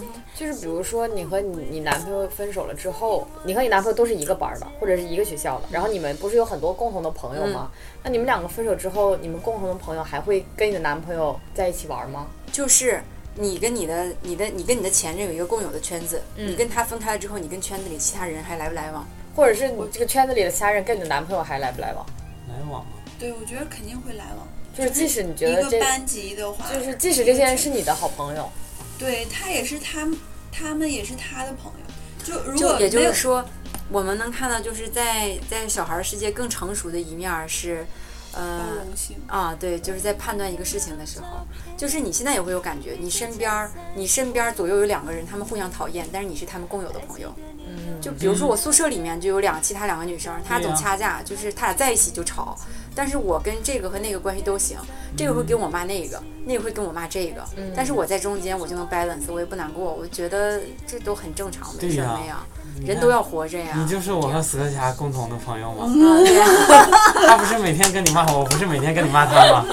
S6: 嗯
S4: 就是比如说你和你你男朋友分手了之后，你和你男朋友都是一个班儿的，或者是一个学校的，然后你们不是有很多共同的朋友吗？
S6: 嗯
S4: 那你们两个分手之后，你们共同的朋友还会跟你的男朋友在一起玩吗？
S5: 就是你跟你的、你的、你跟你的前任有一个共有的圈子，
S4: 嗯
S5: 你跟他分开了之后，你跟圈子里其他人还来不来往？
S4: 或者是你这个圈子里的其他人跟你的男朋友还来不来往？
S3: 来往啊，
S6: 对，我觉得肯定会来往。
S4: 就是即使你觉
S6: 一
S4: 得这
S6: 个，班级的话，
S4: 就是即使这些人是你的好朋 友，
S6: 对他也是他，他们也是他的朋友。就如果
S5: 就也就
S6: 没有
S5: 是说，我们能看到就是在在小孩儿世界更成熟的一面儿是，
S6: 包
S5: 呃，
S6: 容性，
S5: 啊，对，就是在判断一个事情的时候，就是你现在也会有感觉，你身边儿，你身边儿左右有两个人，他们互相讨厌，但是你是他们共有的朋友。嗯，就比如说我宿舍里面就有两其他两个女生，她
S3: 对
S5: 总
S3: 呀
S5: 掐架，就是她俩在一起就吵，但是我跟这个和那个关系都行，这个会跟我骂那个，那个会跟我骂这个，但是我在中间我就能 balance，我也不难过，我觉得这都很正常，没
S3: 对
S5: 什
S3: 呀
S5: 么呀，
S3: 你
S5: 人
S3: 看
S5: 都要活着呀。
S3: 你就是我和死磕侠共同的朋友吗？
S5: 啊对呀
S3: 他不是每天跟你骂我，我不是每天跟你骂他吗？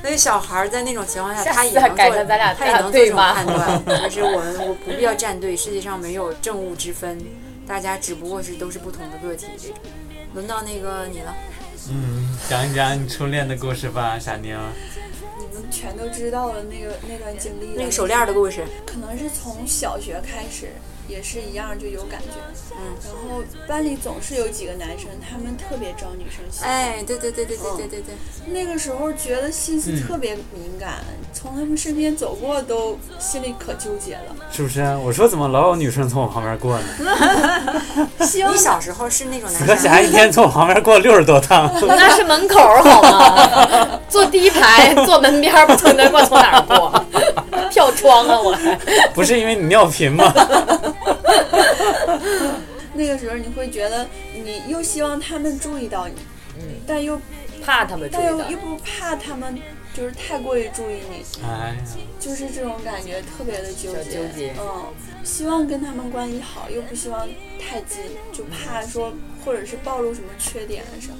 S5: 所以小孩儿在那种情况下，
S4: 下
S5: 他
S4: 次
S5: 也能做，
S4: 改成咱俩
S5: 他也能做
S4: 对
S5: 这种
S4: 骂
S5: 判断，就是我们我不必要站队，世界上没有正误之分，大家只不过是都是不同的个体这种。轮到那个你了，
S3: 嗯，讲一讲你初恋的故事吧，傻妞。
S6: 你们全都知道了那个那段经历了。
S5: 那个手链儿的故事，
S6: 可能是从小学开始，也是一样就有感觉。
S5: 嗯，
S6: 然后班里总是有几个男生，他们特别招女生喜欢。
S5: 哎，对对对对对对对对，
S6: 那个时候觉得心思
S3: 嗯
S6: 特别敏感，从他们身边走过都心里可纠结了。
S3: 是不是？我说怎么老有女生从我旁边 过呢？
S6: 哦希望
S5: 你小时候是那种
S3: 死磕
S5: 男
S3: 侠
S5: 生，
S3: 一天从我旁边过六十多趟，
S7: 那是门口儿好 吗？坐第一排，坐门边儿，不存在过从哪儿 过，跳窗啊我还。
S3: 不是因为你尿频吗？
S6: 那个时候你会觉得，你又希望他们注意到你，
S5: 嗯
S6: 但又
S4: 怕他们注
S6: 但
S4: 意
S6: 又
S4: 到
S6: 又不怕他们就是太过于注意你，
S3: 哎呀，
S6: 就是这种感觉特别的纠
S4: 小
S6: 结。
S4: 纠结
S6: 嗯，希望跟他们关系好，又不希望太近，就怕说或者是暴露什么缺点啊什么。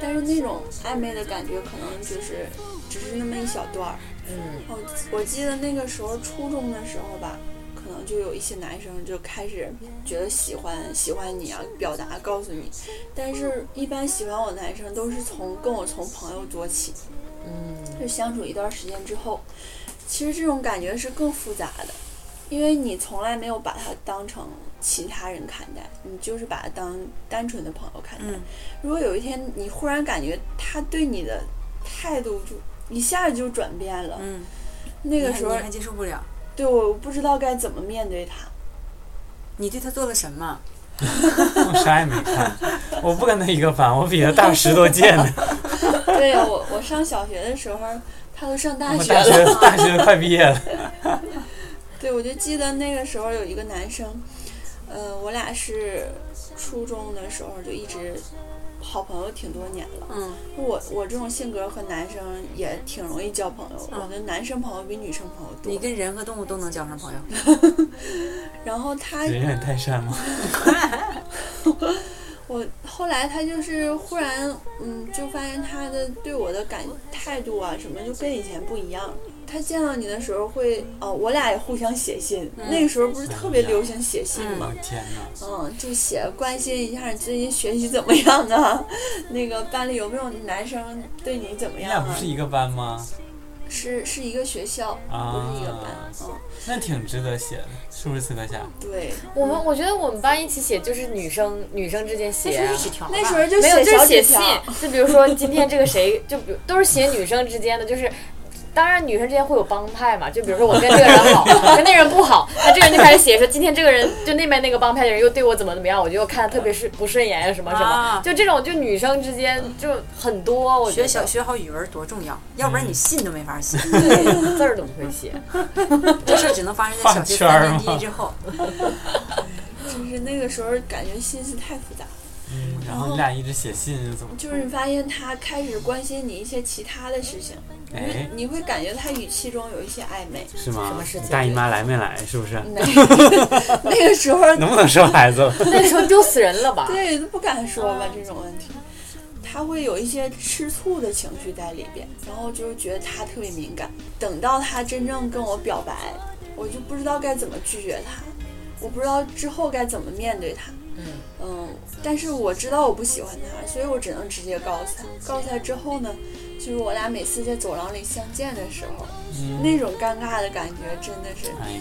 S6: 但是那种暧昧的感觉，可能就是只是那么一小段儿。
S4: 嗯，
S6: 哦，我记得那个时候初中的时候吧，可能就有一些男生就开始觉得喜欢喜欢你啊，表达告诉你。但是，一般喜欢我的男生都是从跟我从朋友做起，嗯，就相处一段时间之后，其实这种感觉是更复杂的，因为你从来没有把他当成其他人看待，你就是把他当单纯的朋友看待。
S5: 嗯
S6: 如果有一天你忽然感觉他对你的态度就一下子就转变了，
S5: 嗯，
S6: 那个
S5: 你还
S6: 时候
S5: 你还接受不了，
S6: 对我不知道该怎么面对 他。
S5: 你对他做了什么？
S3: 我啥也没看，我不跟他一个班，我比他大十多届呢。
S6: 对我，我上小学的时候，他都上大
S3: 我
S6: 学
S3: 大学
S6: 了。
S3: 大学快毕业了，
S6: 对，我就记得那个时候有一个男生，呃，我俩是初中的时候就一直好朋友挺多年了。
S5: 嗯，
S6: 我我这种性格和男生也挺容易交朋友，我的男生朋友比女生朋友多。
S5: 嗯你跟人和动物都能交上朋友，
S6: 然后他
S3: 人远泰山嘛。
S6: 我后来他就是忽然，嗯，就发现他的对我的感态度啊什么，就跟以前不一样。他见到你的时候会，哦，我俩也互相写信，
S4: 嗯
S6: 那个时候不
S3: 嗯
S6: 是特别流行写信
S3: 我
S6: 吗？
S3: 天哪！
S6: 嗯，就写关心一下你最近学习怎么样啊？ 那个班里有没有男生对你怎么
S3: 你俩
S6: 样
S3: 不
S6: 啊
S3: 是？一个班吗？
S6: 是是一个学校，
S3: 啊
S6: 不是一个班。嗯，
S3: 那挺值得写的，是不是死磕侠？
S6: 对，
S4: 我们我觉得我们班一起写就是女生女生之间写、啊，
S5: 条
S6: 那时候就
S4: 没有，就
S6: 小
S4: 是
S6: 纸
S4: 写
S6: 条
S4: 信，就比如说今天这个谁，就比如都是写女生之间的，就是。当然，女生之间会有帮派嘛，就比如说我跟这个人好，我跟那个人不好，那这个人就开始写说今天这个人就那边那个帮派的人又对我怎么怎么样，我就看他特别是不顺眼什么什么，
S5: 啊
S4: 就这种就女生之间就很多，我觉
S5: 学
S4: 得
S5: 小学好语文多重要，要
S3: 嗯
S5: 不然你信都没法信，
S4: 字儿都不会 写，
S5: 这事儿只能发生在小学三年
S3: 啊
S5: 级之后。
S6: 就是那个时候感觉心思太复杂了。
S3: 嗯，然后你俩一直写信，怎么？
S6: 就是你发现他开始关心你一些其他的事情，
S3: 哎，
S6: 你会感觉他语气中有一些暧昧。
S3: 是吗？
S4: 什么事情
S3: 你大姨妈来没来？是不是？
S6: 那 那个时候，
S3: 能不能生孩子了？
S4: 那时候丢死人了吧？嗯
S6: 对都不敢说吧这种问题。他会有一些吃醋的情绪在里边，然后就是觉得他特别敏感。等到他真正跟我表白，我就不知道该怎么拒绝他，我不知道之后该怎么面对他。
S4: 嗯
S6: 嗯，但是我知道我不喜欢他，所以我只能直接告诉他。告诉他之后呢，就是我俩每次在走廊里相见的时候，
S4: 嗯
S6: 那种尴尬的感觉真的是。
S3: 哎呀，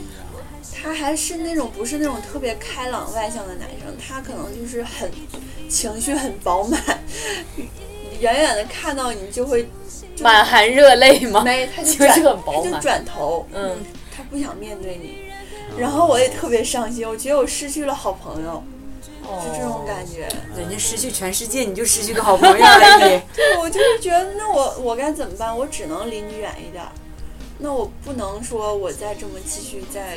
S6: 他还是那种不是那种特别开朗外向的男生，他可能就是很情绪很饱满，远远的看到你就会就
S7: 满含热泪吗？
S6: 没， 他就
S7: 情绪
S6: 转
S7: 很饱满
S6: 他就转头，
S7: 嗯，
S6: 他不想面对你。然后我也特别伤心，我觉得我失去了好朋友，就这
S7: 哦
S6: 种感觉。
S5: 人家失去全世界，你就失去个好朋友而 已。
S6: 对， 我就是觉得，那我我该怎么办？我只能离你远一点儿。那我不能说我再这么继续再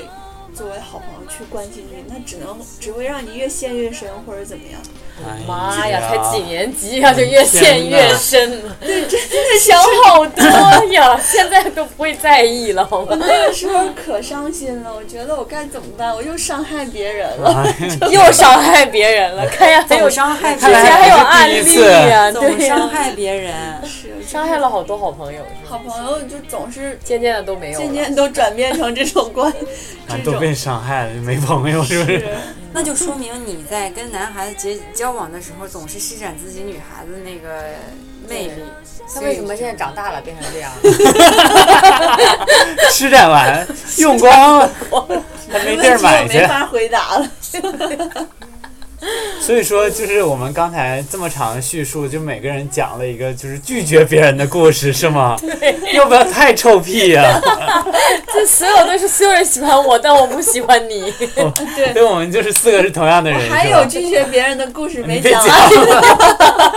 S6: 作为好朋友去关心你，那只能只会让你越陷越深，或者怎么样。
S3: 哎
S7: 妈呀，
S3: 呀
S7: 才几年级啊呀、就越陷越深了， 想好多呀， 现在都不会在意了，好 吗？
S6: 那个时候可伤心了，我觉得我该怎么办？我又伤害别人了，
S3: 哎
S7: 又伤害别人了，看呀，还有
S5: 总
S7: 之
S5: 伤害别
S7: 前还
S5: 人，
S7: 有案例呀、
S5: 总
S7: 对呀、
S5: 伤害别人，
S6: 是
S4: 伤害了好多好朋友，
S6: 好朋友就总是
S4: 渐渐的都没有了。
S6: 渐渐都转变成这种 关，
S3: 啊
S6: 这
S3: 都被
S6: 种
S3: 伤害了，就没朋友是不是？
S5: 那就说明你在跟男孩子结交往的时候，总是施展自己女孩子那个魅力。
S4: 他
S5: 所以
S4: 为什么现在长大了变成这样？
S3: 施展完用光了，还没地
S6: 问题
S3: 儿
S6: 我
S3: 买去
S6: 没。法回答了。
S3: 所以说，就是我们刚才这么长的叙述，就每个人讲了一个就是拒绝别人的故事，是吗？要不要太臭屁啊呀、
S7: 这所有都是所有人喜欢我，但我不喜欢你。
S3: 对，我们就是四个是同样的人，
S6: 还
S3: 是吧
S6: 有拒绝别人的故事 没
S3: 你别
S6: 讲
S3: 讲
S6: 完，
S3: 了，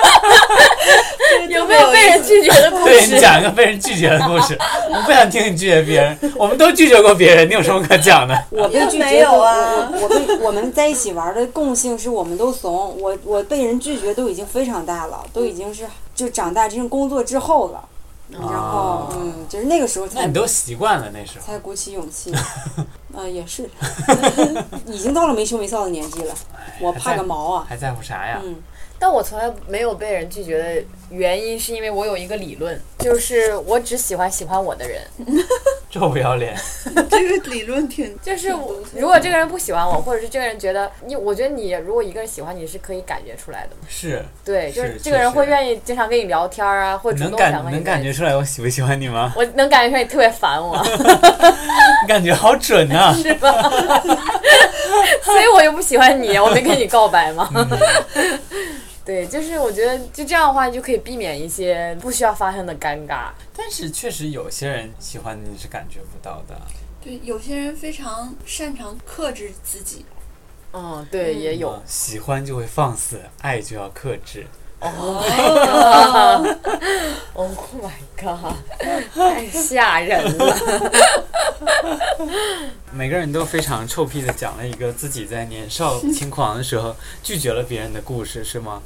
S7: 有 没有被人拒绝的故
S3: 对你
S7: 事？
S3: 讲一个被人拒绝的故事，我不想听你拒绝别人，我们都拒绝过别人，你有什么可讲 的？
S5: 我被拒绝过
S6: 没有啊
S5: 我我被我们在一起玩的共性是我们都怂，我我被人拒绝都已经非常大了，都已经是就长大，真正工作之后了，然后
S3: 哦
S5: 嗯，就是那个时候
S3: 那
S5: 才
S3: 你都习惯了那时候，
S5: 才鼓起勇气，呃，也是，已经到了没羞没臊的年纪了，我怕个毛啊，
S3: 还在乎啥呀？
S5: 嗯，
S4: 但我从来没有被人拒绝的原因，是因为我有一个理论，就是我只喜欢喜欢我的人。
S3: 臭不要脸！
S6: 这个理论挺
S4: 就是我，如果这个人不喜欢我，或者是这个人觉得你，我觉得你如果一个人喜欢你是可以感觉出来的嘛。
S3: 是
S4: 对，就是
S3: 是
S4: 这个
S3: 是
S4: 人会愿意经常跟你聊天啊，会主
S3: 能
S4: 动想
S3: 感
S4: 跟你
S3: 能感觉
S4: 在一起。
S3: 出来我喜不喜欢你 吗？
S4: 我能感觉出来你特别烦 我，
S3: 你感觉好准啊呐、
S4: 是吧？所以我又不喜欢你，我没跟你告白嘛。
S3: 嗯
S4: 对，就是我觉得就这样的话，就可以避免一些不需要发生的尴尬。
S3: 但是确实有些人喜欢你是感觉不到的。
S6: 对，有些人非常擅长克制自己，
S4: 嗯，对，也有。
S3: 嗯喜欢就会放肆，爱就要克制。
S4: Oh my god！太 吓人了。
S3: 每个人都非常臭屁的讲了一个自己在年少轻狂的时 候拒绝了别人的故事，是吗？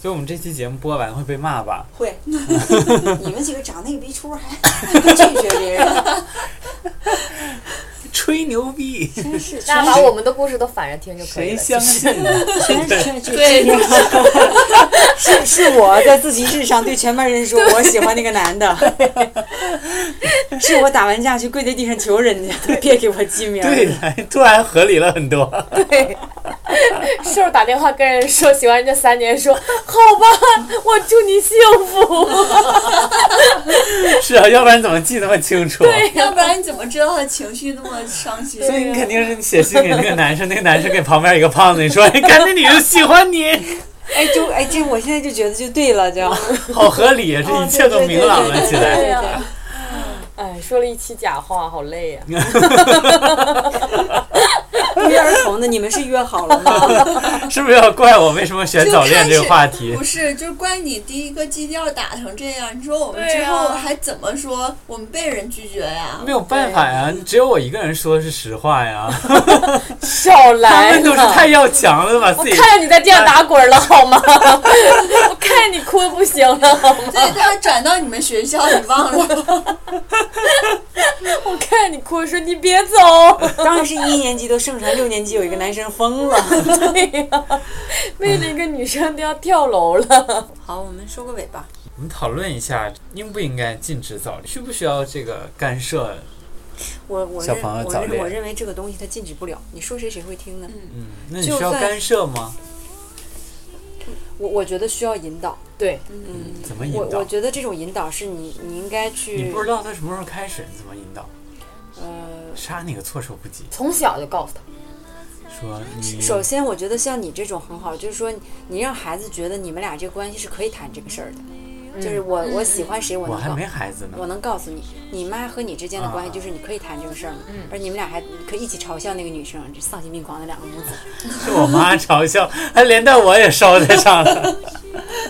S3: 所以我们这期节目播完会被骂吧？
S5: 会，你们几个长那个逼出还拒绝别人，
S3: 吹牛逼，
S5: 真是全
S4: 大家把我们的故事都反着听就可以
S3: 谁相
S4: 了。
S3: 信呢？
S5: 全全对，是是我在自习室上对全班人说我喜欢那个男的，是我打完架去跪在地上求人家，别给我记名儿。
S3: 对，来突然合理了很多。
S7: 是不是打电话跟人说喜欢人家三年说，好吧，我祝你幸福。
S3: 是啊，要不然怎么记那么清楚？ 啊
S6: 要不然你怎么知道他情绪那么伤心？
S3: 所以你肯定是你写信给那个男生，那个男生给旁边一个胖子，你说你看那女的喜欢 你，
S5: 哎，就哎，这我现在就觉得就对了，就
S3: 好合理啊，这一切都明朗了起来。
S5: 呀，
S4: 哎，说了一期假话，好累
S7: 啊
S4: 呀、
S5: 不约而同的，你们是约好了吗？
S3: 是不是要怪我为什么选早恋这个话题
S6: 不？是，就是怪你第一个基调打成这样，你说我们之后还怎么说？我们被人拒绝呀、
S3: 没有办法呀，只有我一个人说是实话 呀。
S7: 少
S3: 他
S5: 哎
S7: 来
S3: 们都是
S7: 了，
S3: 太要强了，把自己
S7: 看着你在地上打滚了好吗？ 我看着你哭得不行了好吗？
S6: 所以他转到你们学校，你忘了？
S7: 我看着你哭说你别走，
S5: 当然是一年级都盛传六年级有一个男生疯了。
S7: 对呀、 为了一个女生都要跳楼了。
S5: 好，我们收个尾吧。
S3: 我们讨论一下，应不应该禁止早恋，需不需要这个干涉？
S5: 我我
S3: 小
S5: 认
S3: 朋友
S5: 我
S3: 早
S5: 认
S3: 恋
S5: 我认为这个东西它禁止不了，你说谁谁会听呢？
S3: 嗯，那你
S5: 就
S3: 需要
S5: 算
S3: 干涉吗？
S5: 我我觉得需要引导。
S7: 对，
S5: 嗯，
S3: 怎么引
S5: 我我
S3: 导？
S5: 觉得这种引导是你你应该
S3: 你
S5: 去
S3: 不知道他什么时候开始，你怎么引导？
S5: 呃，
S3: 杀你个措手不及，
S7: 从小就告诉他，
S3: 说你
S5: 首先我觉得像你这种很好，就是说你让孩子觉得你们俩这个关系是可以谈这个事儿的，就是我我喜欢谁我
S3: 我
S5: 能
S3: 还
S5: 搞
S3: 没孩子呢
S5: 我，能告诉你，你妈和你之间的关系
S3: 啊
S5: 就是你可以谈这个事儿嘛，而你们俩还可以一起嘲笑那个女生，这丧心病狂的两个母子。
S3: 是我妈嘲笑， 还连带我也捎带上了。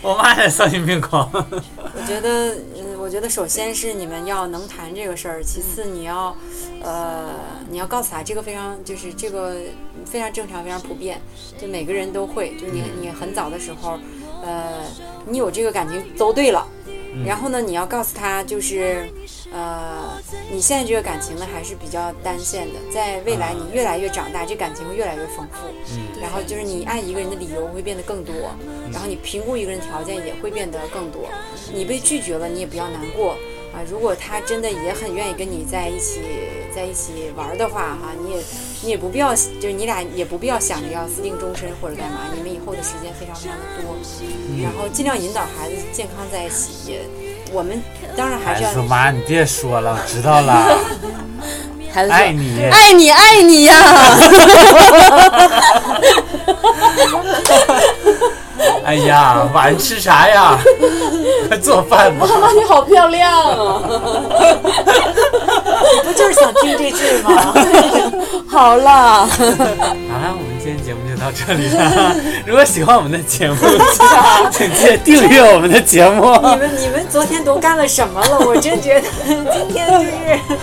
S3: 我妈也丧心病狂，
S5: 我觉得，嗯，我觉得首先是你们要能谈这个事儿，其次你要，呃，你要告诉他这个非常就是这个非常正常，非常普遍，就每个人都会，就你你很早的时候，呃，你有这个感情都对了。然后呢，你要告诉他，就是，呃，你现在这个感情呢还是比较单线的，在未来你越来越长大，这感情会越来越丰富。
S3: 嗯
S5: 然后就是你爱一个人的理由会变得更多，然后你评估一个人条件也会变得更多。你被拒绝了，你也不要难过啊。如果他真的也很愿意跟你在一起，在一起玩儿的话，哈、你也你也不必要，就是你俩也不必要想着要私定终身或者干嘛，你们以后的时间非常非常的多，
S3: 嗯
S5: 然后尽量引导孩子健康在一起。也我们当然
S3: 孩
S5: 还是
S3: 子
S5: 要
S3: 说妈，你别说了，我知道了，
S7: 孩子说
S3: 爱你。
S5: 爱你爱你呀、
S3: 哎呀，晚上吃啥呀？ 快做饭吧。
S7: 妈妈你好漂亮啊！
S5: 不就是想听这句吗？
S7: 好了，
S3: 好了，我们今天节目就到这里了。 如果喜欢我们的节目，请记得订阅我们的节目。
S5: 你们你们昨天都干了什么了？我真觉得今天就是。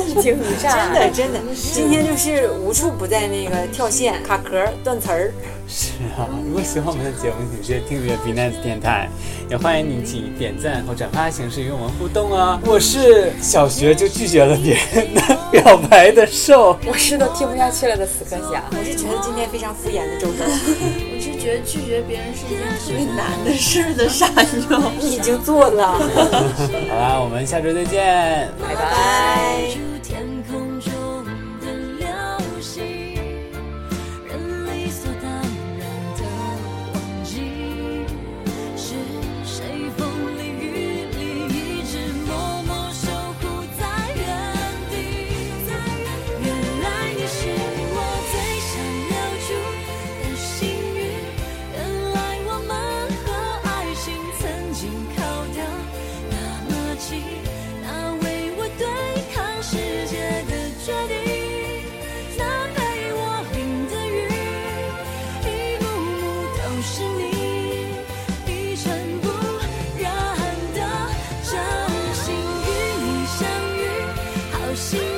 S7: 一惊一
S5: 真
S7: 乍，
S5: 的真的，今天就是无处不在那个跳线、卡壳、断词儿。
S3: 是啊，如果喜欢我们的节目，请记得订阅 B Nice 电台，也欢迎你请以点赞和转发的形式与我们互动啊。我是小学就拒绝了别人的表白的兽。
S7: 我是都听不下去了的死磕侠。
S5: 我是觉得今天非常敷衍的周周，
S6: 我是觉得拒绝别人是一件特别难的事儿的傻妞。
S5: 你 已经做了。
S3: 好啦，我们下周再见。
S7: 拜拜。
S6: 哎
S8: 出天空中的流星，人理所当然的忘记是谁风里雨里一直默默守护在原地。原来你是我最想留住的幸运，原来我们和爱情曾经靠得那么近，那为我对抗世界的决定，那陪我淋的雨，一幕幕都是你，一尘不染的真心与你相遇，好幸运。